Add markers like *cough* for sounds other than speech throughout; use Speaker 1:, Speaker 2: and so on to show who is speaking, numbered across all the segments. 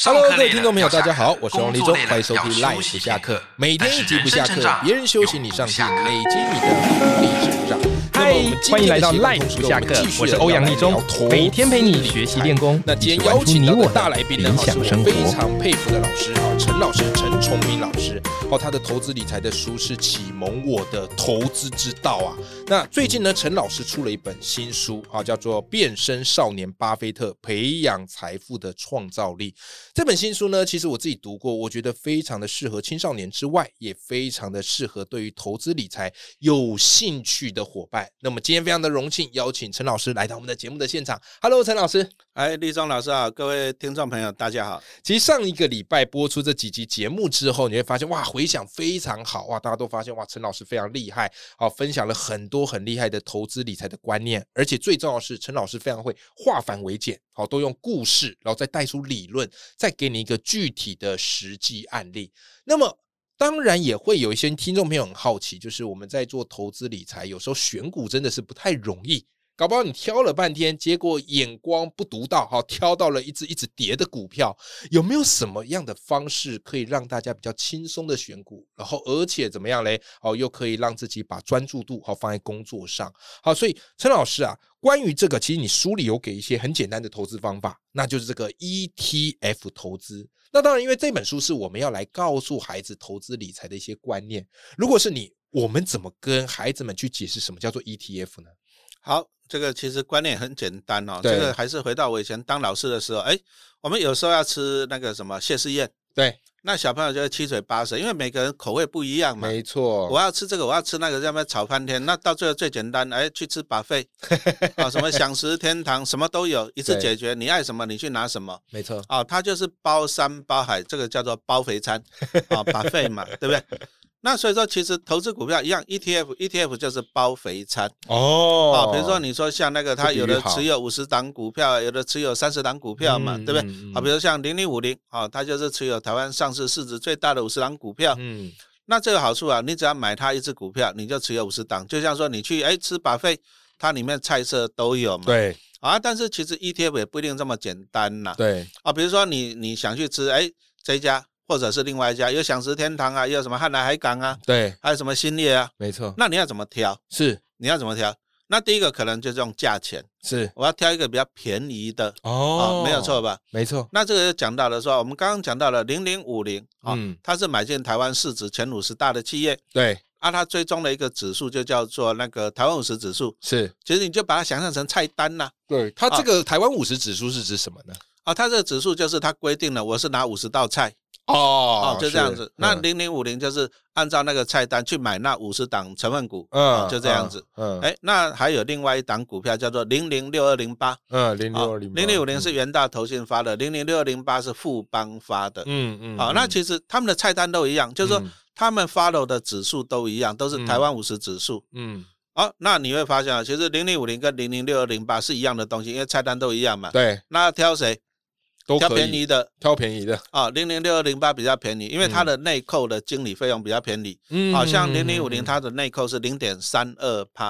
Speaker 1: Hello，各位听众朋友，
Speaker 2: 上
Speaker 1: 大
Speaker 2: 课累
Speaker 1: 家
Speaker 2: 了
Speaker 1: 好，我是王立忠，
Speaker 2: 工作累了
Speaker 1: 欢迎收听
Speaker 2: 要
Speaker 1: Life
Speaker 2: 休息
Speaker 1: 不下课，每天一集不下
Speaker 2: 但是人生
Speaker 1: 课
Speaker 2: 成，长
Speaker 1: 别人休息你上进
Speaker 2: 永，不下课
Speaker 1: 累积你的力成长。那么我们今
Speaker 3: 欢
Speaker 1: 天
Speaker 3: 迎来
Speaker 1: 的
Speaker 3: 到
Speaker 1: 斜杠
Speaker 3: Live
Speaker 1: 通识
Speaker 3: 不
Speaker 1: 课
Speaker 3: 下
Speaker 1: 我们
Speaker 3: 课
Speaker 1: 继，续
Speaker 3: 我是
Speaker 1: 地
Speaker 3: 欧阳
Speaker 1: 来
Speaker 3: 立中
Speaker 1: 聊投，
Speaker 3: 每天陪
Speaker 1: 资
Speaker 3: 你
Speaker 1: 理
Speaker 3: 学习
Speaker 1: 财
Speaker 3: 练功，
Speaker 1: 那今
Speaker 3: 一
Speaker 1: 天
Speaker 3: 起玩
Speaker 1: 邀
Speaker 3: 出
Speaker 1: 请
Speaker 3: 你
Speaker 1: 到
Speaker 3: 我
Speaker 1: 的
Speaker 3: 的
Speaker 1: 大来宾呢，
Speaker 3: 理
Speaker 1: 哈是
Speaker 3: 想
Speaker 1: 我
Speaker 3: 生活
Speaker 1: 非。常佩服的老师哈，陈老师陈崇明老师哦，他的投资理财的书是启蒙我的投资之道啊。那最近呢，陈老师出了一本新书啊，叫做《变身少年巴菲特：培养财富的创造力》。这本新书呢，其实我自己读过，我觉得非常的适合青少年之外，也非常的适合对于投资理财有兴趣的伙伴。那么今天非常的荣幸邀请陈老师来到我们的节目的现场。Hello，陈老师。
Speaker 4: 哎，立中老师好，各位听众朋友，大家好。
Speaker 1: 其实上一个礼拜播出这几集节目之后，你会发现哇，回响非常好哇，大家都发现哇，陈老师非常厉害，好、分享了很多很厉害的投资理财的观念，而且最重要的是，陈老师非常会化繁为简，好、都用故事，然后再带出理论，再给你一个具体的实际案例。那么。当然也会有一些听众朋友很好奇，就是我们在做投资理财，有时候选股真的是不太容易。搞不好你挑了半天，结果眼光不独到，哈，挑到了一只一直跌的股票，有没有什么样的方式可以让大家比较轻松的选股，然后而且怎么样嘞？哦，又可以让自己把专注度哦好、放在工作上。好，所以陈老师啊，关于这个，其实你书里有给一些很简单的投资方法，那就是这个 ETF 投资。那当然，因为这本书是我们要来告诉孩子投资理财的一些观念。如果是你，我们怎么跟孩子们去解释什么叫做 ETF 呢？
Speaker 4: 好，这个其实观念很简单哦，
Speaker 1: 对
Speaker 4: 这个还是回到我以前当老师的时候，哎，我们有时候要吃那个什么谢师宴，
Speaker 1: 对，
Speaker 4: 那小朋友就会七嘴八舌，因为每个人口味不一样嘛。
Speaker 1: 错
Speaker 4: 我要吃这个，我要吃那个，要不要吵翻天？那到最后最简单，哎，去吃
Speaker 1: *laughs*
Speaker 4: 把费啊，什么享食天堂，什么都有，一次
Speaker 1: 对
Speaker 4: 解决，你爱什么你去拿什么。
Speaker 1: 没错，
Speaker 4: 啊，它就是包山包海，这个叫做包肥餐啊，把费嘛，对不对？那所以说，其实投资股票一样，ETF，E ETF 就是包肥餐
Speaker 1: 哦
Speaker 4: 啊。比如说，你说像那
Speaker 1: 这
Speaker 4: 个，它
Speaker 1: 比喻
Speaker 4: 有的
Speaker 1: 好
Speaker 4: 持有五十档股票，有的持有三十档股票嘛，
Speaker 1: 嗯
Speaker 4: 对不对？
Speaker 1: 嗯嗯
Speaker 4: 啊，比如像零零五零啊，它就是持有台湾上市市值最大的五十档股票。
Speaker 1: 嗯，
Speaker 4: 那这个好处啊，你只要买它一只股票，你就持有五十档。就像说你去哎吃把费，它里面菜色都有嘛。
Speaker 1: 对
Speaker 4: 啊，但是其实 ETF 也不一定这么简单呐。
Speaker 1: 对，
Speaker 4: 啊，比如说你你想去吃，哎，这一家或者是另外一家，有享食天堂啊，也有什么汉来海港啊，
Speaker 1: 对，
Speaker 4: 还有什么新业啊，
Speaker 1: 没错，
Speaker 4: 那你要怎么挑？
Speaker 1: 是
Speaker 4: 你要怎么挑？那第一个可能就是用价钱，
Speaker 1: 是
Speaker 4: 我要挑一个比较便宜的啊、
Speaker 1: 哦
Speaker 4: 没有，错吧？
Speaker 1: 没错，
Speaker 4: 那这个就讲到了说，我们刚刚讲到了零零五零啊
Speaker 1: 嗯，
Speaker 4: 它是买进台湾市值前五十大的企业。
Speaker 1: 对，
Speaker 4: 啊，它追踪了一个指数，就叫做那个台湾五十指数。
Speaker 1: 是
Speaker 4: 其实你就把它想象成菜单呐、
Speaker 1: 对。它
Speaker 4: 啊
Speaker 1: 这个台湾五十指数是指什么呢？
Speaker 4: 啊。它这个指数就是它规定了，我是拿五十道菜，
Speaker 1: 哦嗯
Speaker 4: 哦，就这样子。那
Speaker 1: 零
Speaker 4: 零零五零就是按照那个菜单去买那五十档成分股，
Speaker 1: 嗯
Speaker 4: 啊就这样子。，
Speaker 1: 嗯，
Speaker 4: 哎，那还有另外一档股票叫做零零六二零八，
Speaker 1: 嗯，零
Speaker 4: 啊
Speaker 1: 六零
Speaker 4: 零零五零是，元大投信发的，零零六二零八是富邦发的。
Speaker 1: 嗯嗯，
Speaker 4: 好，那其实他们的菜单都一样，就是说他们 follow 的指数都一样，都是台湾五十指数。
Speaker 1: 嗯，
Speaker 4: 哦，那你会发现啊，其实零零五零跟零零六二零八是一样的东西，因为菜单都一样嘛。
Speaker 1: 对，
Speaker 4: 那挑谁？
Speaker 1: 都
Speaker 4: 啊挑
Speaker 1: 可
Speaker 4: 便
Speaker 1: 以
Speaker 4: 宜的
Speaker 1: 挑便宜的，
Speaker 4: 啊，零零六二零八比较便宜，因为它的内扣的经理费用比较便宜。
Speaker 1: 嗯
Speaker 4: 好啊像零零五零它的内扣是零点三二趴，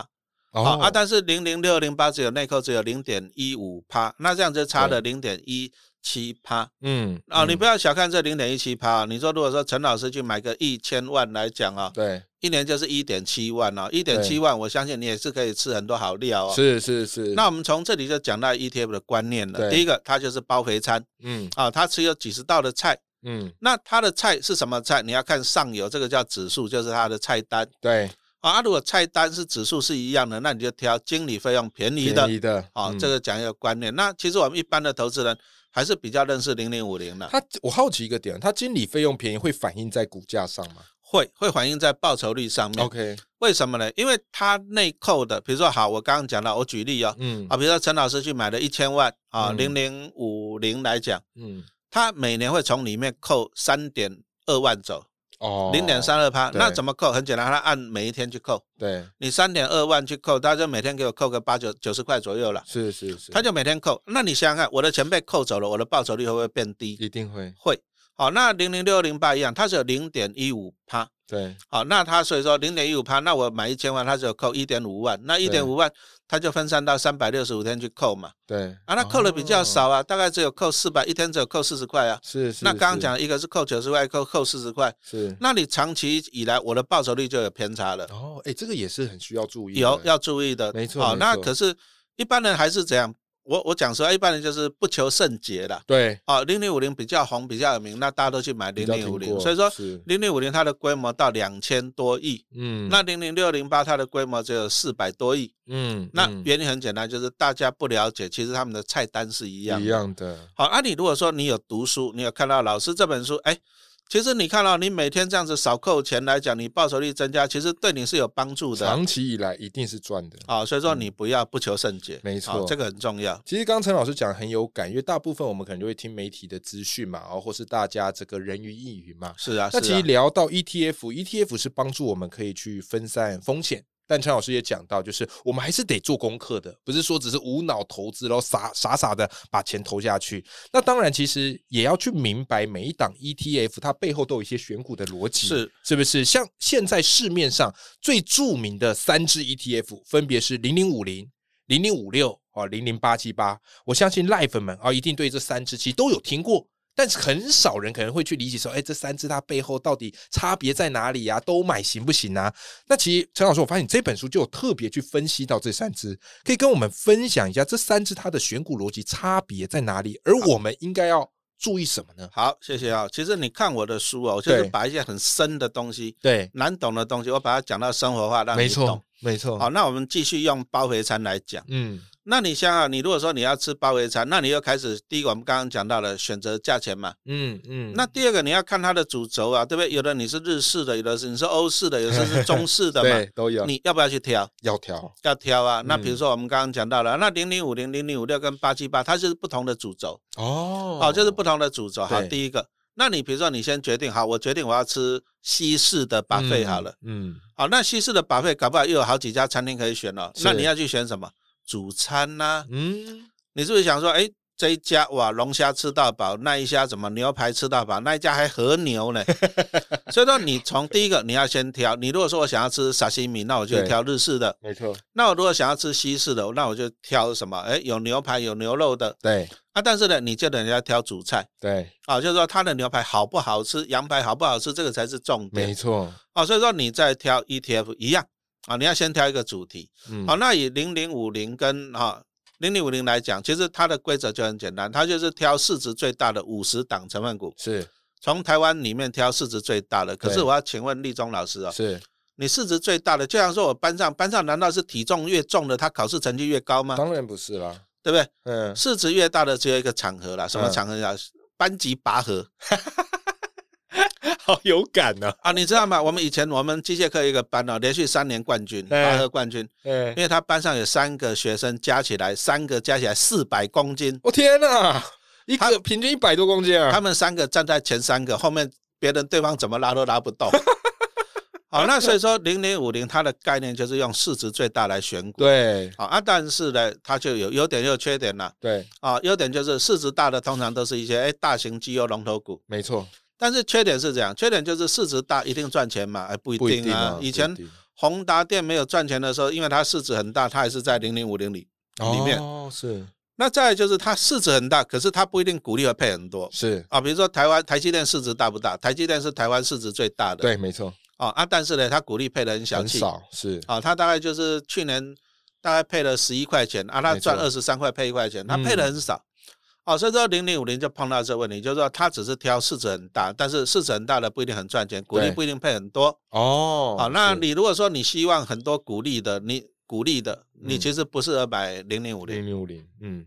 Speaker 1: 哦
Speaker 4: 好啊，但是零零六零八只有内扣只有零点一五趴，那这样就差了零点一七趴
Speaker 1: 嗯
Speaker 4: 啊！你不要小看这零点一七趴，啊你说如果说陈老师去买个一千万来讲啊，
Speaker 1: 对，
Speaker 4: 一年就是一点七万哦，一点七万，我相信你也是可以吃很多好料哦。
Speaker 1: 是是是，
Speaker 4: 那我们从这里就讲到 ETF 的观念了。
Speaker 1: 对
Speaker 4: 第一个，它就是包肥餐
Speaker 1: 嗯
Speaker 4: 啊，它持有几十道的菜，
Speaker 1: 嗯
Speaker 4: 那它的菜是什么菜？你要看上游，这个叫指数，就是它的菜单。
Speaker 1: 对，
Speaker 4: 啊，如果菜单是指数是一样的，那你就挑经理费用便宜的
Speaker 1: 便。宜的，
Speaker 4: 好、
Speaker 1: 嗯
Speaker 4: 这个讲一个观念。那其实我们一般的投资人还是比较认识零零五零的，
Speaker 1: 他我好奇一个点，他经理费用便宜会反映在股价上吗
Speaker 4: 会会反映在报酬率上面。
Speaker 1: ？OK，
Speaker 4: 为什么呢？因为它内扣的，比如说好，我刚刚讲了，我举例哦，
Speaker 1: 嗯
Speaker 4: 啊，比如说陈老师去买了一千万啊，
Speaker 1: 嗯
Speaker 4: 零零五零来讲，
Speaker 1: 嗯
Speaker 4: 他每年会从里面扣三点二万走，
Speaker 1: 哦，
Speaker 4: 零点三二趴。
Speaker 1: 对
Speaker 4: 那怎么扣？很简单，他按每一天去扣。
Speaker 1: 对，
Speaker 4: 你三点二万去扣，他就每天给我扣个八九九十块左右了。
Speaker 1: 是是是，
Speaker 4: 他就每天扣。那你想想看，我的钱被扣走了，我的报酬率会不会变低？
Speaker 1: 一定会，
Speaker 4: 会。哦，那零零六零八一样，它只有零点一五趴。
Speaker 1: 对，
Speaker 4: 好，那它所以说零点一五趴，那我买一千万，它只有扣一点五万，那一点五万它就分散到三百六十五天去扣嘛。
Speaker 1: 对，哦
Speaker 4: 啊，那扣的比较少啊，大概只有扣四百，一天只有扣四十块啊。
Speaker 1: 是是。
Speaker 4: 那刚刚讲一个是扣九十块，扣扣四十块，
Speaker 1: 是，
Speaker 4: 那你长期以来我的报酬率就有偏差了。
Speaker 1: 哦，哎，这个也是很需要注意的，
Speaker 4: 有要注意的，
Speaker 1: 没错
Speaker 4: 好，
Speaker 1: 没
Speaker 4: 那
Speaker 1: 错
Speaker 4: 可是一般人还是怎样？我我讲实话，一般人就是不求甚解啦。
Speaker 1: 对，
Speaker 4: 哦，零零五零比较红，比较有名，那大家都去买零零五
Speaker 1: 比较听
Speaker 4: 零。
Speaker 1: 过
Speaker 4: 所以说
Speaker 1: 是，
Speaker 4: 零零五零它的规模到两千多亿，
Speaker 1: 嗯，
Speaker 4: 那零零六零八它的规模只有四百多亿。
Speaker 1: 嗯，
Speaker 4: 那
Speaker 1: 嗯
Speaker 4: 原因很简单，就是大家不了解，其实他们的菜单是一样的。
Speaker 1: 一样的，
Speaker 4: 好，那、你如果说你有读书，你有看到老师这本书，哎，其实你看到你每天这样子少扣钱来讲，你报酬率增加，其实对你是有帮助的。
Speaker 1: 长期以来一定是赚的。
Speaker 4: 啊、所以说你不要不求甚解，
Speaker 1: 嗯没
Speaker 4: 好
Speaker 1: 错
Speaker 4: 这个很重要。
Speaker 1: 其实刚刚陈老师讲很有感，因为大部分我们可能就会听媒体的资讯嘛，哦，或是大家这个人云亦云嘛。
Speaker 4: 是啊，
Speaker 1: 那
Speaker 4: 是
Speaker 1: 其
Speaker 4: 啊
Speaker 1: 实聊到 E ETF，ETF 是帮助我们可以去分散风险。但陈老师也讲到，就是我们还是得做功课的，不是说只是无脑投资，然后傻傻傻的把钱投下去。那当然，其实也要去明白每一档 ETF 它背后都有一些选股的逻辑，
Speaker 4: 是
Speaker 1: 是不是？像现在市面上最著名的三只 ETF，分别是零零五零、零零五六啊、零零八七八。我相信赖粉们啊，一定对这三只其实都有听过，但是很少人可能会去理解说，哎，这三只它背后到底差别在哪里呀、都买行不行啊？那其实陈老师，我发现你这本书就有特别去分析到这三只，可以跟我们分享一下这三只它的选股逻辑差别在哪里，而我们应该要注意什么呢？
Speaker 4: 好，谢谢啊、其实你看我的书哦，我就是
Speaker 1: 对
Speaker 4: 把一些很深的东西、
Speaker 1: 对，
Speaker 4: 难懂的东西，我把它讲到生活化，让
Speaker 1: 没
Speaker 4: 你懂
Speaker 1: 错。，没错，
Speaker 4: 好，那我们继续用包肥餐来讲。
Speaker 1: 嗯，
Speaker 4: 那你想想，你如果说你要吃包肥餐，那你又开始第一个我们刚刚讲到了选择价钱嘛。
Speaker 1: 嗯嗯，
Speaker 4: 那第二个你要看它的主轴啊，对不对？有的你是日式的，有的是你是欧式的，有的是中
Speaker 1: *laughs*
Speaker 4: 式的嘛。
Speaker 1: 都有
Speaker 4: 你要不要去挑？
Speaker 1: 要调，
Speaker 4: 要挑啊。那比
Speaker 1: 嗯
Speaker 4: 如说我们刚刚讲到了，那零零五零、零零五六跟八七八，它就是不同的主轴。
Speaker 1: 哦
Speaker 4: 好，就是不同的主轴。好，
Speaker 1: 对
Speaker 4: 第一个，那你比如说你先决定，好，我决定我要吃西式的把费好了。，
Speaker 1: 嗯，
Speaker 4: 好，那西式的把费搞不好又有好几家餐厅可以选了，
Speaker 1: 是
Speaker 4: 那你要去选什么？主餐呐、
Speaker 1: 嗯，
Speaker 4: 你是不是想说，哎，这一家哇龙虾吃到饱，那一家怎么牛排吃到饱，那一家还和牛
Speaker 1: *laughs*
Speaker 4: 呢？所以说你从第一个你要先挑，你如果说我想要吃沙西米，那我就
Speaker 1: 对
Speaker 4: 挑日式的；
Speaker 1: 没错，
Speaker 4: 那我如果想要吃西式的，那我就挑什么？哎，有牛排有牛肉的
Speaker 1: 对
Speaker 4: 啊，但是呢，你就等人家挑主菜。
Speaker 1: 对，
Speaker 4: 啊，就是说它的牛排好不好吃，羊排好不好吃，这个才是重
Speaker 1: 没
Speaker 4: 点
Speaker 1: 错，
Speaker 4: 啊。所以说你在挑 ETF 一样啊，你要先挑一个主题。
Speaker 1: 嗯，
Speaker 4: 好、，那以零零五零跟哈零零五零来讲，其实它的规则就很简单，它就是挑市值最大的五十档成分股，
Speaker 1: 是
Speaker 4: 从台湾里面挑市值最大的。可是
Speaker 1: 对
Speaker 4: 我要请问立中老师啊、哦，
Speaker 1: 是，
Speaker 4: 你市值最大的，就像说我班上班上难道是体重越重的，他考试成绩越高吗？
Speaker 1: 当然不是啦，
Speaker 4: 对不对？
Speaker 1: 嗯，
Speaker 4: 市值越大的只有一个场合啦，什么
Speaker 1: 嗯
Speaker 4: 场合呀？班级拔河。
Speaker 1: 好有感呢，
Speaker 4: 啊，你知道吗？我们以前我们机械课一个班哦，连续三年冠军，
Speaker 1: 对
Speaker 4: 拔河冠军，
Speaker 1: 嗯
Speaker 4: 因，为他班上有三个学生加起来，三个加起来四百公斤，
Speaker 1: 我天哪，一个平均一百多公斤啊，
Speaker 4: 他们三个站在前三个，后面别人对方怎么拉都拉不
Speaker 1: *laughs*
Speaker 4: 动。好，那所以说零零五零它的概念就是用市值最大来选股。
Speaker 1: 对
Speaker 4: 好啊，但是呢，它就有优点也有缺点啦。
Speaker 1: 对，
Speaker 4: 啊，优点就是市值大的通常都是一些哎大型绩优龙头股，
Speaker 1: 没错，
Speaker 4: 但是缺点是这样，缺点就是市值大一定赚钱嘛？哎，不一
Speaker 1: 不一
Speaker 4: 定
Speaker 1: 定
Speaker 4: 啊。
Speaker 1: 啊，
Speaker 4: 以前宏达店没有赚钱的时候，因为它市值很大，它还是在零零五零里。
Speaker 1: 哦，是
Speaker 4: 那再来就是它市值很大，可是它不一定股利会配很多
Speaker 1: 是，
Speaker 4: 啊。比如说台湾台积电市值大不大？台积电是台湾市值最大的，
Speaker 1: 对，没错，
Speaker 4: 啊啊，但是呢，它股利配的很小
Speaker 1: 很
Speaker 4: 气，
Speaker 1: 少是，
Speaker 4: 啊，它大概就是去年大概配了十一块钱啊，它
Speaker 1: 没错
Speaker 4: 赚二十三块配一块钱，它
Speaker 1: 嗯
Speaker 4: 配的很少。哦，所以说零零五零就碰到这个问题，就是说它只是挑市值很大，但是市值很大的不一定很赚钱，股利
Speaker 1: 对
Speaker 4: 不一定配很多。
Speaker 1: 哦，
Speaker 4: 好，那
Speaker 1: 是
Speaker 4: 你如果说你希望很多鼓励的，你鼓励的，你
Speaker 1: 嗯
Speaker 4: 其实不适合买零零五
Speaker 1: 零
Speaker 4: 零，
Speaker 1: 零五零，嗯，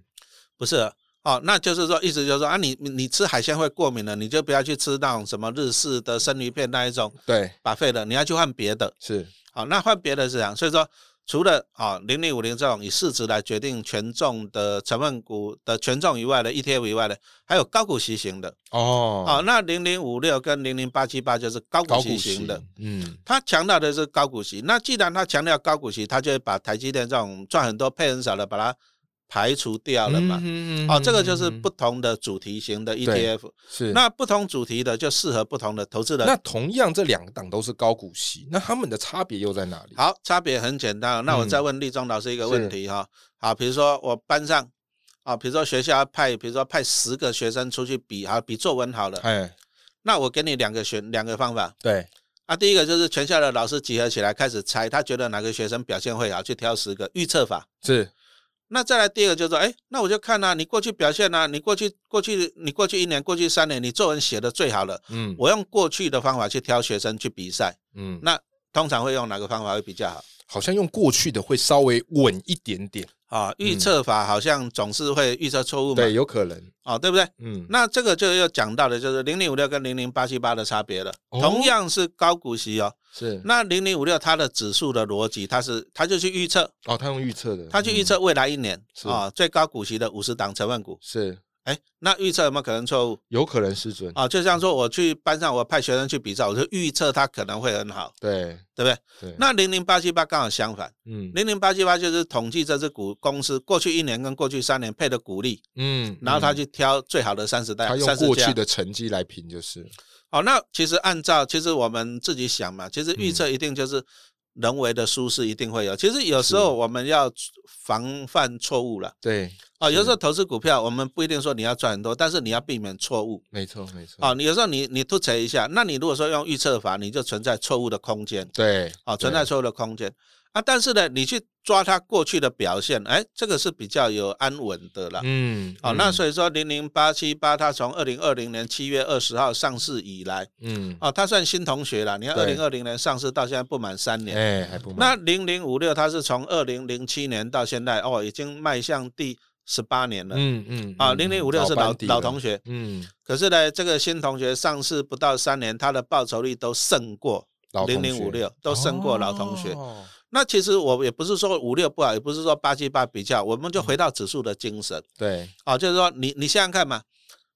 Speaker 4: 不适合。哦，那就是说，意思就是说啊，你你你吃海鲜会过敏了，你就不要去吃那种什么日式的生鱼片那一种
Speaker 1: 对，
Speaker 4: 把废的，你要去换别的。
Speaker 1: 是
Speaker 4: 好、那换别的是这样，所以说除了啊零零五零这种以市值来决定权重的成分股的权重以外的 ETF 以外的，还有高股息型的。
Speaker 1: 哦，
Speaker 4: 好、那零零五六跟零零八七八就是高股
Speaker 1: 高
Speaker 4: 息
Speaker 1: 股
Speaker 4: 型
Speaker 1: 息
Speaker 4: 的。，
Speaker 1: 嗯，
Speaker 4: 他强调的是高股息，那既然他强调高股息，他就会把台积电这种赚很多配很少的，把它排除掉了嘛。
Speaker 1: 嗯
Speaker 4: 哦，这个就是
Speaker 1: 嗯
Speaker 4: 不同的主题型的
Speaker 1: 对
Speaker 4: ETF，
Speaker 1: 是
Speaker 4: 那不同主题的就适合不同的投资人。
Speaker 1: 那同样这两档都是高股息，那他们的差别又在哪里？
Speaker 4: 好，差别很简单。那我
Speaker 1: 嗯
Speaker 4: 再问立中老师一个问题哈、好，比如说我班上啊，比如说学校要派，比如说派十个学生出去比啊，比作文好了。
Speaker 1: 哎，
Speaker 4: 那我给你两个选两个方法
Speaker 1: 对，
Speaker 4: 啊，第一个就是全校的老师集合起来开始猜，他觉得哪个学生表现会好，去挑十个预测法。
Speaker 1: 是
Speaker 4: 那再来第二个就是说，哎，那我就看啊，你过去表现啊，你过去过去你过去一年、过去三年，你作文写的最好了，
Speaker 1: 嗯
Speaker 4: 我用过去的方法去挑学生去比赛，
Speaker 1: 嗯，
Speaker 4: 那通常会用哪个方法会比较好？
Speaker 1: 好像用过去的会稍微稳一点点，
Speaker 4: 啊，预
Speaker 1: 嗯
Speaker 4: 测法好像总是会预测错误嘛，
Speaker 1: 对，有可能，
Speaker 4: 哦，对不对？
Speaker 1: 嗯，
Speaker 4: 那这个就要讲到的就是零零五六跟零零八七八的差别了，
Speaker 1: 哦嗯
Speaker 4: 同样是高股息哦。
Speaker 1: 是
Speaker 4: 那零零五六它的指数的逻辑，它是它就去预测，
Speaker 1: 哦，他用预测的，
Speaker 4: 它去预
Speaker 1: 嗯
Speaker 4: 测未来一年
Speaker 1: 是
Speaker 4: 啊、最高股息的五十档成分股，
Speaker 1: 是
Speaker 4: 哎，那预测有没有可能错误？
Speaker 1: 有可能失准，
Speaker 4: 啊、就像说我去班上，我派学生去比赛，我就预测它可能会很好，
Speaker 1: 对
Speaker 4: 对不对？
Speaker 1: 对，
Speaker 4: 那零零八七八刚好相反，
Speaker 1: 嗯
Speaker 4: 零零八七八就是统计这只股公司过去一年跟过去三年配的股利，
Speaker 1: 嗯，
Speaker 4: 然后他
Speaker 1: 嗯
Speaker 4: 去挑最好的三十代
Speaker 1: 他，用
Speaker 4: 三十
Speaker 1: 过
Speaker 4: 家
Speaker 1: 去。的成绩来评就是，
Speaker 4: 哦，那其实按照其实我们自己想嘛，其实预测一定就是人为的疏失一定会有。其实有时
Speaker 1: 是
Speaker 4: 候我们要防范错误了。
Speaker 1: 对，
Speaker 4: 哦，有
Speaker 1: 是
Speaker 4: 时候投资股票，我们不一定说你要赚很多，但是你要避免错误。
Speaker 1: 没错没错，
Speaker 4: 哦，你有时候你你突锤一下，那你如果说用预测法，你就存在错误的空间。
Speaker 1: 对，
Speaker 4: 哦，
Speaker 1: 对
Speaker 4: 存在错误的空间。啊，但是呢，你去抓它过去的表现，哎，这个是比较有安稳的啦。
Speaker 1: 嗯，
Speaker 4: 哦，那
Speaker 1: 嗯
Speaker 4: 所以说零零八七八，它从二零二零年七月二十号上市以来，
Speaker 1: 嗯，
Speaker 4: 哦，它算新同学了。你看二
Speaker 1: 对
Speaker 4: 零二零年上市到现在不满三年，
Speaker 1: 哎，还不慢
Speaker 4: 那零零五六它是从二零零七年到现在，哦，已经迈向第十八年了。
Speaker 1: 嗯嗯
Speaker 4: 啊，
Speaker 1: 嗯
Speaker 4: 零零五六是
Speaker 1: 班
Speaker 4: 老
Speaker 1: 底了
Speaker 4: 老同学，
Speaker 1: 嗯，
Speaker 4: 可是呢，这个新同学上市不到三年，它的报酬率都胜过
Speaker 1: 老
Speaker 4: 零
Speaker 1: 同
Speaker 4: 零
Speaker 1: 学
Speaker 4: 五六，都胜过老同学。
Speaker 1: 哦
Speaker 4: 那其实我也不是说五六不好，也不是说八七八比较，我
Speaker 1: 嗯
Speaker 4: 们就回到指数的精神。
Speaker 1: 对，
Speaker 4: 哦，就是说你你想想看嘛，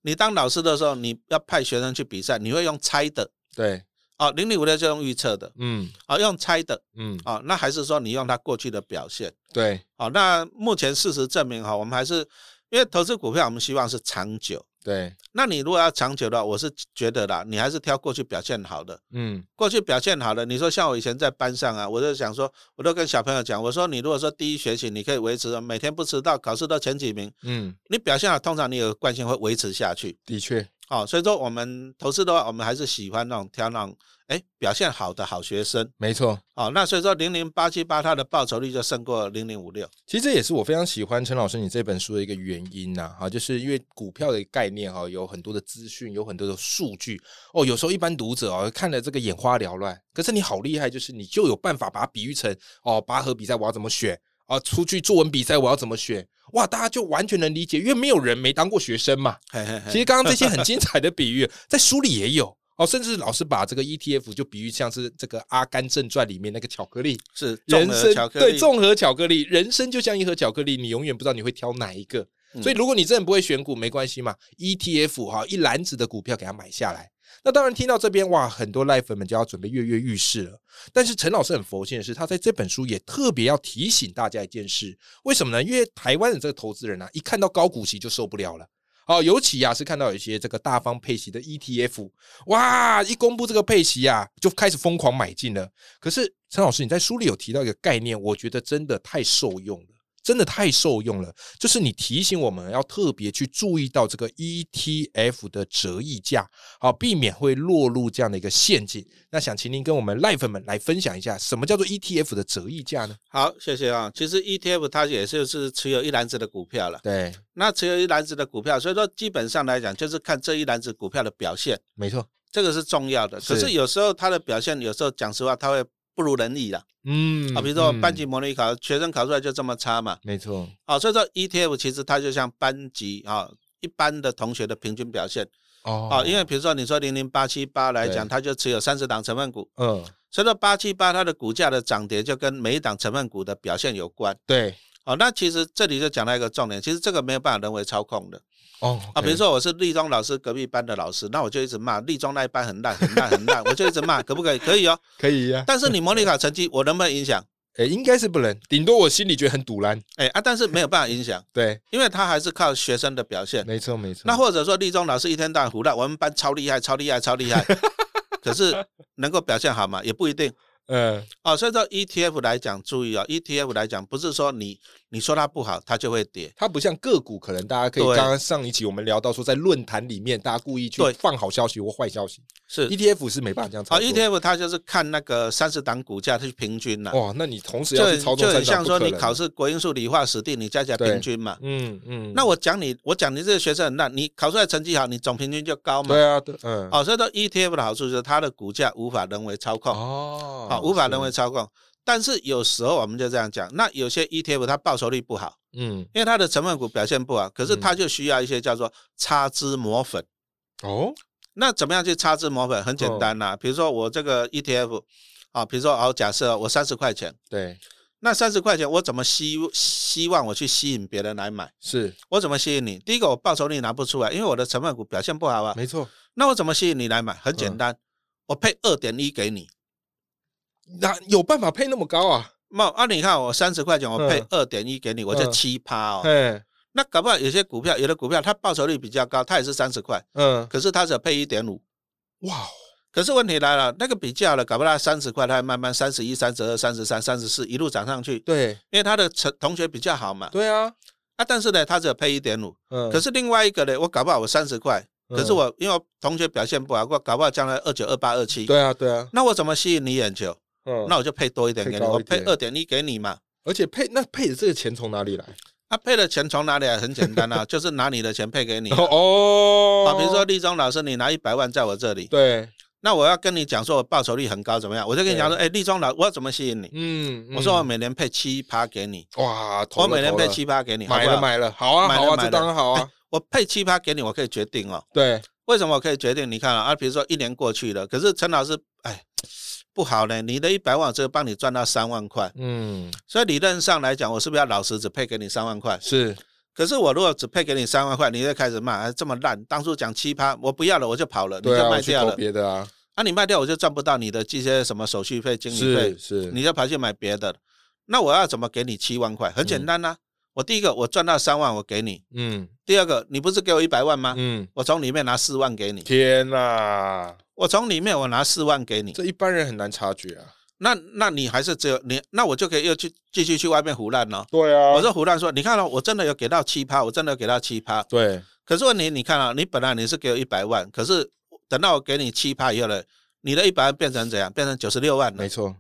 Speaker 4: 你当老师的时候，你要派学生去比赛，你会用猜的
Speaker 1: 对，
Speaker 4: 哦，零零五六就用预测的
Speaker 1: 嗯
Speaker 4: 哦，用猜的
Speaker 1: 嗯，
Speaker 4: 哦，那还是说你用他过去的表现
Speaker 1: 对
Speaker 4: 哦？那目前事实证明哈、我们还是因为投资股票，我们希望是长久。
Speaker 1: 对，
Speaker 4: 那你如果要长久的话，我是觉得啦，你还是挑过去表现好的。
Speaker 1: 嗯
Speaker 4: 过去表现好的，你说像我以前在班上啊，我就想说，我都跟小朋友讲，我说你如果说第一学期你可以维持每天不迟到，考试都前几名，
Speaker 1: 嗯，
Speaker 4: 你表现好，通常你有惯性会维持下去。
Speaker 1: 的确，
Speaker 4: 哦，所以说我们投资的话，我们还是喜欢那种挑那种哎表现好的好学生。
Speaker 1: 没错。
Speaker 4: 哦，那所以说零零八七八它的报酬率就胜过零零五六。
Speaker 1: 其实这也是我非常喜欢陈老师你这本书的一个原因呐、哈，就是因为股票的概念哈、有很多的资讯，有很多的数据哦，有时候一般读者哦看了这个眼花缭乱，可是你好厉害，就是你就有办法把它比喻成哦，拔河比赛我要怎么选啊，出去作文比赛我要怎么选，哇，大家就完全能理解，因为没有人没当过学生嘛，
Speaker 4: 嘿嘿嘿
Speaker 1: 其实刚刚这些很精彩的比喻，在书里也有哦，甚至老师把这个 ETF 就比喻像是这个《阿甘正传》里面那个巧克力，
Speaker 4: 是
Speaker 1: 人
Speaker 4: 综合
Speaker 1: 生
Speaker 4: 巧克力，
Speaker 1: 对综合巧克力，人生就像一盒巧克力，你永远不知道你会挑哪一个。
Speaker 4: 嗯
Speaker 1: 所以如果你真的不会选股，没关系嘛，ETF 哈一篮子的股票给它买下来。那当然，听到这边哇，很多赖粉们就要准备跃跃欲试了。但是陈老师很佛心的是，他在这本书也特别要提醒大家一件事，为什么呢？因为台湾的这个投资人啊，一看到高股息就受不了了。哦，尤其啊是看到有一些这个大方配息的 ETF，哇，一公布这个配息啊，就开始疯狂买进了。可是陈老师，你在书里有提到一个概念，我觉得真的太受用了，真的太受用了。就是你提醒我们要特别去注意到这个 ETF 的折溢价，好，避免会落入这样的一个陷阱。那想请您跟我们赖粉们来分享一下，什么叫做 ETF 的折溢价呢？
Speaker 4: 好，谢谢啊、其实 ETF 它也是是持有一篮子的股票了，
Speaker 1: 对，
Speaker 4: 那持有一篮子的股票，所以说基本上来讲就是看这一篮子股票的表现，
Speaker 1: 没错，
Speaker 4: 这个是重要的。可
Speaker 1: 是
Speaker 4: 是有时候它的表现，有时候讲实话，它会不如人意啦。
Speaker 1: 嗯
Speaker 4: 啊，比如说班级
Speaker 1: 嗯
Speaker 4: 模拟考，学生考出来就这么差嘛。
Speaker 1: 没错，
Speaker 4: 啊，所以说 ETF 其实它就像班级啊一般的同学的平均表现
Speaker 1: 哦
Speaker 4: 啊，因为比如说你说零零八七八来讲，
Speaker 1: 对
Speaker 4: 它就持有三十档成分股，
Speaker 1: 嗯，
Speaker 4: 所以说八七八它的股价的涨跌就跟每一档成分股的表现有关。
Speaker 1: 对，
Speaker 4: 哦，那其实这里就讲到一个重点，其实这个没有办法人为操控的
Speaker 1: 哦
Speaker 4: 啊。比如，说我是立中老师隔壁班的老师，那我就一直骂立中那一班
Speaker 1: *laughs*
Speaker 4: 很烂很烂很烂，我就一直骂，可不可以？可以哦。
Speaker 1: 可以呀、
Speaker 4: 但是你模拟考成绩，我能不能影响？
Speaker 1: 呃，应该是不能，顶多我心里觉得很堵然。
Speaker 4: 哎啊，但是没有办法影响，
Speaker 1: 对，
Speaker 4: 因为他还是靠学生的表现。
Speaker 1: 没错没错。
Speaker 4: 那或者说立中老师一天到晚胡乱，我们班超厉害，超厉害，超厉害，
Speaker 1: *laughs*
Speaker 4: 可是能够表现好吗？也不一定
Speaker 1: 嗯，
Speaker 4: 哦。所以说 ETF 来讲，注意哦，ETF 来讲，不是说你你说它不好，它就会跌。
Speaker 1: 它不像个股，可能大家可以
Speaker 4: 对
Speaker 1: 刚刚上一期我们聊到说，在论坛里面大家故意去
Speaker 4: 对
Speaker 1: 放好消息或坏消息
Speaker 4: 是
Speaker 1: ，ETF 是没办法这样操
Speaker 4: 哦
Speaker 1: 作。
Speaker 4: ，ETF 它就是看那个三十档股价去平均啦、
Speaker 1: 哇，那你同时
Speaker 4: 就
Speaker 1: 要去
Speaker 4: 很
Speaker 1: 操
Speaker 4: 就
Speaker 1: 纵
Speaker 4: 很
Speaker 1: 三
Speaker 4: 像
Speaker 1: 档，
Speaker 4: 说
Speaker 1: 不可
Speaker 4: 你
Speaker 1: 能
Speaker 4: 考试国英数理化史地，你加起来
Speaker 1: 对
Speaker 4: 平均嘛。
Speaker 1: 嗯嗯，
Speaker 4: 那我讲你，我讲你这个学生很烂，你考出来成绩好，你总平均就高嘛。
Speaker 1: 对啊，对，嗯，
Speaker 4: 哦，所以说 ETF 的好处就是它的股价无法人为操控，好、
Speaker 1: 哦
Speaker 4: 无法
Speaker 1: 是
Speaker 4: 人为操控。但是有时候我们就这样讲，那有些 ETF 它报酬率不好，
Speaker 1: 嗯
Speaker 4: 因为它的成分股表现不好，可是它就需要一些叫做擦脂抹粉。
Speaker 1: 哦，
Speaker 4: 那怎么样去擦脂抹粉？很简单啦、比如说我这个 ETF 啊，比如说好，假设我三十块钱，
Speaker 1: 对，
Speaker 4: 那三十块钱我怎么希希望我去吸引别人来买？
Speaker 1: 是
Speaker 4: 我怎么吸引你？第一个，我报酬率拿不出来，因为我的成分股表现不好啊。
Speaker 1: 没嗯错，
Speaker 4: 那我怎么吸引你来买？很简单，我配二点一给你。
Speaker 1: 那有办法配那么高啊？
Speaker 4: 那啊，你看我三十块钱，我配
Speaker 1: 嗯
Speaker 4: 二点一给你，我就
Speaker 1: 嗯
Speaker 4: 七趴哦。
Speaker 1: 嗯
Speaker 4: 那搞不好有些股票，有的股票它报酬率比较高，它也是三十块，
Speaker 1: 嗯，
Speaker 4: 可是它只配一点五。
Speaker 1: 哇，
Speaker 4: 可是问题来了，那个比较了，搞不好三十块，它慢慢三十一、三十二、三十三、三十四一路涨上去，
Speaker 1: 对
Speaker 4: 因为它的成同学比较好嘛。
Speaker 1: 对啊，
Speaker 4: 啊，但是呢，它只配一点五。
Speaker 1: 嗯，
Speaker 4: 可是另外一个呢，我搞不好我三十块，可是
Speaker 1: 嗯
Speaker 4: 我因为我同学表现不好，我搞不好将来二九、二八、二七。
Speaker 1: 对啊对啊，
Speaker 4: 那我怎么吸引你眼球？
Speaker 1: 嗯，
Speaker 4: 那我就配多一点给
Speaker 1: 配
Speaker 4: 你，
Speaker 1: 高
Speaker 4: 我
Speaker 1: 一
Speaker 4: 配
Speaker 1: 点
Speaker 4: 二点一给你嘛。
Speaker 1: 而且配那配的这个钱从哪里来？
Speaker 4: 他配的钱从哪里来？很简
Speaker 1: *laughs*
Speaker 4: 单啊，就是拿你的钱配给你啊。
Speaker 1: 哦
Speaker 4: 啊，比如说立中老师，你拿一百万在我这里，
Speaker 1: 对，
Speaker 4: 那我要跟你讲说我报酬率很高怎么样？我就跟你讲说，哎，立中老，我要怎么吸引你？
Speaker 1: 嗯，
Speaker 4: 我说我
Speaker 1: 嗯
Speaker 4: 每年配七趴给你，
Speaker 1: 哇，投
Speaker 4: 我
Speaker 1: 了
Speaker 4: 每年
Speaker 1: 投
Speaker 4: 配
Speaker 1: 了
Speaker 4: 七趴给你，好
Speaker 1: 买
Speaker 4: 不
Speaker 1: 了
Speaker 4: 好，
Speaker 1: 买了，好啊
Speaker 4: 买
Speaker 1: 好
Speaker 4: 了哎
Speaker 1: 啊，
Speaker 4: 买
Speaker 1: 这
Speaker 4: 了
Speaker 1: 当然好啊，
Speaker 4: 我配七趴给你，我可以决定哦。
Speaker 1: 对，
Speaker 4: 为什么我可以决定？你看啊，啊比如说一年过去了，可是陈老师，哎，不好呢，你的一百万只帮你赚到三万块，
Speaker 1: 嗯，
Speaker 4: 所以理论上来讲，我是不是要老实只配给你三万块？
Speaker 1: 是
Speaker 4: 可是我如果只配给你三万块，你就开始骂，啊、这么烂，当初讲七趴，我不要了，我就跑了，你
Speaker 1: 对
Speaker 4: 就
Speaker 1: 啊，
Speaker 4: 卖
Speaker 1: 我去
Speaker 4: 掉
Speaker 1: 投
Speaker 4: 了。
Speaker 1: 别的啊，
Speaker 4: 啊，你卖掉我就赚不到你的这些什么手续费、经理
Speaker 1: 是
Speaker 4: 费，
Speaker 1: 是，
Speaker 4: 你就跑去买别的了。那我要怎么给你七万块？很简单呐、我第一个我赚到三万，我给你；
Speaker 1: 嗯
Speaker 4: 第二个，你不是给我一百万吗？
Speaker 1: 嗯，
Speaker 4: 我从里面拿四万给你，
Speaker 1: 天哪，
Speaker 4: 我从里面我拿四万给你，
Speaker 1: 这一般人很难察觉啊，
Speaker 4: 那那你还是只有你，那我就可以又去继续去外面胡乱了、
Speaker 1: 对啊
Speaker 4: 我，说胡乱说，你看了、我真的有给到七趴，我真的有给到七趴，
Speaker 1: 对，
Speaker 4: 可是问题，你看啊，你本来你是给我一百万，可是等到我给你七趴以后呢，你的一百万变成怎样？变成九十六万了
Speaker 1: 没。错，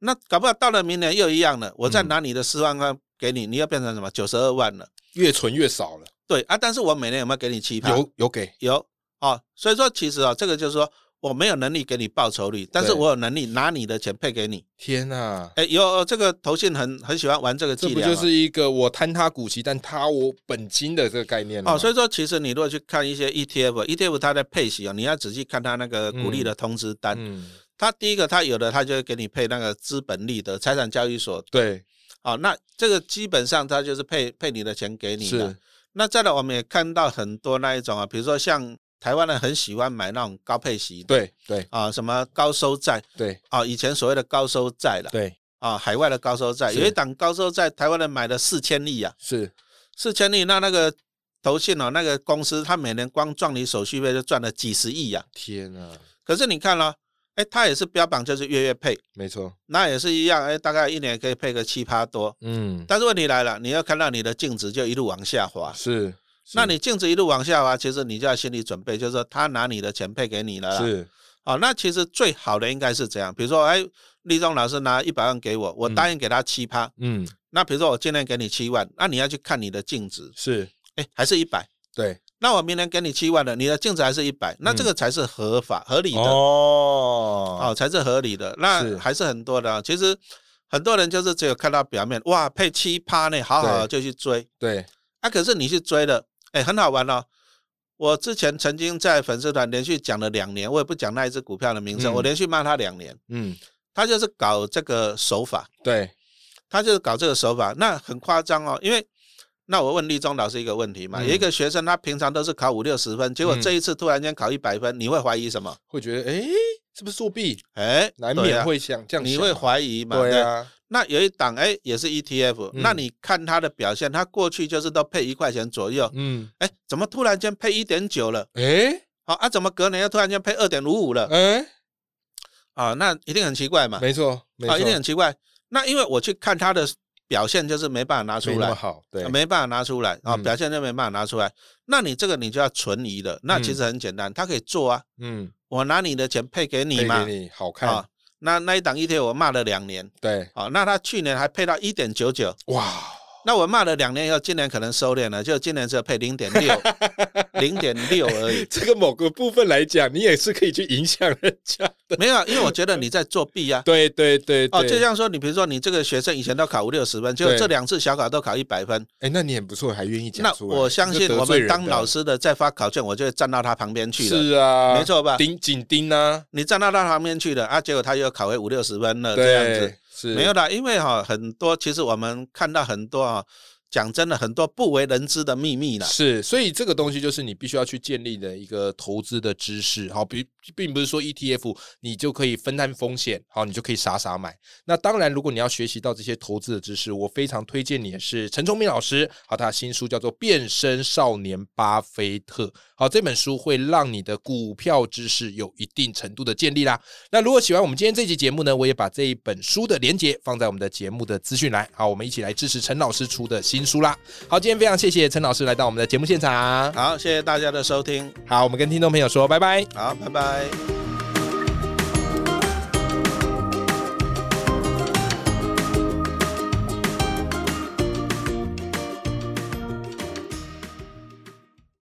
Speaker 4: 那搞不好到了明年又一样了，我再
Speaker 1: 嗯
Speaker 4: 拿你的四万块给你，你又变成什么？九十二万了。
Speaker 1: 越存越少了，
Speaker 4: 对啊，但是我每年有没有给你七趴？
Speaker 1: 有有给，
Speaker 4: 有哦，所以说其实啊、这个就是说我没有能力给你报酬率，但是
Speaker 1: 对
Speaker 4: 我有能力拿你的钱配给你。
Speaker 1: 天哪，
Speaker 4: 哎，有哦这个投信很很喜欢玩这个
Speaker 1: 这
Speaker 4: 伎
Speaker 1: 不
Speaker 4: 俩、哦。
Speaker 1: 就是一个我贪他股息，但他我本金的这个概念了吗
Speaker 4: 哦，所以说其实你如果去看一些 E ETF，ETF 它的配息哦，你要仔细看它那个股利的通知单。
Speaker 1: 嗯，
Speaker 4: 它第一个，它有的它就会给你配那个资本利得财产交易所，
Speaker 1: 对，
Speaker 4: 哦，那这个基本上它就是配配你的钱给你的
Speaker 1: 是。，
Speaker 4: 那再来，我们也看到很多那一种啊，比如说像台湾人很喜欢买那种高配息的
Speaker 1: 对对
Speaker 4: 啊，什么高收债
Speaker 1: 对
Speaker 4: 啊，以前所谓的高收债了
Speaker 1: 对，
Speaker 4: 啊，海外的高收债，
Speaker 1: 是
Speaker 4: 有一档高收债，台湾人买了四千亿啊，
Speaker 1: 是，
Speaker 4: 四千亿，那那个投信哦，那个公司它每年光赚你手续费就赚了几十亿啊。
Speaker 1: 天哪，
Speaker 4: 可是你看了、哎，它也是标榜就是月月配。
Speaker 1: 没错，
Speaker 4: 那也是一样，哎，大概一年可以配个七趴多。
Speaker 1: 嗯，
Speaker 4: 但是问题来了，你要看到你的净值就一路往下滑，
Speaker 1: 是，是
Speaker 4: 那你净值一路往下滑，其实你就要心理准备，就是说他拿你的钱配给你了啦。
Speaker 1: 是
Speaker 4: 好、那其实最好的应该是怎样？比如说，哎，立中老师拿一百万给我，我答应给他七趴。
Speaker 1: 嗯
Speaker 4: 那比如说我今年给你七万，那你要去看你的净值，
Speaker 1: 是，
Speaker 4: 哎，还是一百。
Speaker 1: 对，
Speaker 4: 那我明年给你七万了，你的净值还是一百，那这个才是合法、合理的。
Speaker 1: 嗯哦，
Speaker 4: 哦，才是合理的。
Speaker 1: 是
Speaker 4: 那还是很多的啊、其实很多人就是只有看到表面，哇，配七趴呢，好好就去追
Speaker 1: 对，
Speaker 4: 啊。可是你去追了，哎，很好玩哦。我之前曾经在粉丝团连续讲了两年，我也不讲那一只股票的名称，
Speaker 1: 嗯
Speaker 4: 我连续骂他两年。
Speaker 1: 嗯，
Speaker 4: 他就是搞这个手法，
Speaker 1: 对，
Speaker 4: 他就是搞这个手法，那很夸张哦。因为那我问立中老师一个问题嘛，
Speaker 1: 嗯
Speaker 4: 有一个学生他平常都是考五六十分，结果
Speaker 1: 嗯
Speaker 4: 这一次突然间考一百分，你会怀疑什么？
Speaker 1: 会觉得诶，是不是作弊？
Speaker 4: 哎，
Speaker 1: 难
Speaker 4: 对啊
Speaker 1: 免会想这样想嘛，啊
Speaker 4: 你会怀疑嘛？
Speaker 1: 对
Speaker 4: 对
Speaker 1: 啊，
Speaker 4: 那有一档哎也是 ETF，、
Speaker 1: 嗯
Speaker 4: 那你看它的表现，它过去就是都配一块钱左右，
Speaker 1: 嗯，
Speaker 4: 哎，怎么突然间配一点九了？
Speaker 1: 哎
Speaker 4: 好、啊，怎么隔年又突然间配二点五五了？
Speaker 1: 哎，
Speaker 4: 啊、那一定很奇怪嘛，
Speaker 1: 没错，没
Speaker 4: 啊，
Speaker 1: 错，
Speaker 4: 一定很奇怪。那因为我去看它的表现，就是没办法拿
Speaker 1: 没
Speaker 4: 出
Speaker 1: 那么
Speaker 4: 来。
Speaker 1: 好，对
Speaker 4: 啊，没办法拿出来啊，
Speaker 1: 嗯
Speaker 4: 表现就没办法拿出来。那你这个你就要存疑了。那其实很简单，它可以做啊，
Speaker 1: 嗯，
Speaker 4: 我拿你的钱配给你
Speaker 1: 配
Speaker 4: 嘛
Speaker 1: 给。你好看
Speaker 4: 啊，，那那一档 ETF 我骂了两年，
Speaker 1: 对，
Speaker 4: 啊，那它去年还配到一点九九，
Speaker 1: 哇，
Speaker 4: 那我骂了两年以后，今年可能收敛了，就今年只有配零点
Speaker 1: *laughs*
Speaker 4: 六，零点六而已。
Speaker 1: 这个某个部分来讲，你也是可以去影响人家 *laughs* 的，
Speaker 4: 没有啊，因为我觉得你在作弊啊。
Speaker 1: 对对对，
Speaker 4: 哦，
Speaker 1: 对
Speaker 4: 就，像说你比如说你这个学生以前都考五六十分，结果
Speaker 1: 对
Speaker 4: 这两次小考都考一百分，
Speaker 1: 哎，那你很不错，还愿意讲
Speaker 4: 那
Speaker 1: 出来
Speaker 4: 我相信我们当老，师的在发考卷，我就会站到他旁边
Speaker 1: 这
Speaker 4: 去
Speaker 1: 得
Speaker 4: 了，
Speaker 1: 罪人的啊是啊，
Speaker 4: 没，错吧？
Speaker 1: 盯紧盯啊，
Speaker 4: 你站到他旁边去了啊，结果他又考回五六十分了，这样子
Speaker 1: 对，是
Speaker 4: 没有啦，因为哈、很多其实我们看到很多啊、讲真的很多不为人知的秘密啦。
Speaker 1: 是，所以这个东西就是你必须要去建立的一个投资的知识，好，并并不是说 ETF 你就可以分担风险，好，你就可以傻傻买。那当然，如果你要学习到这些投资的知识，我非常推荐你的是陈崇明老师，好，他的新书叫做《变身少年巴菲特》，好，这本书会让你的股票知识有一定程度的建立啦。那如果喜欢我们今天这期节目呢，我也把这一本书的连接放在我们的节目的资讯栏，好，我们一起来支持陈老师出的新书啦。好，今天非常谢谢陈老师来到我们的节目现场。
Speaker 4: 好，谢谢大家的收听，
Speaker 1: 好，我们跟听众朋友说拜拜。
Speaker 4: 好，拜拜。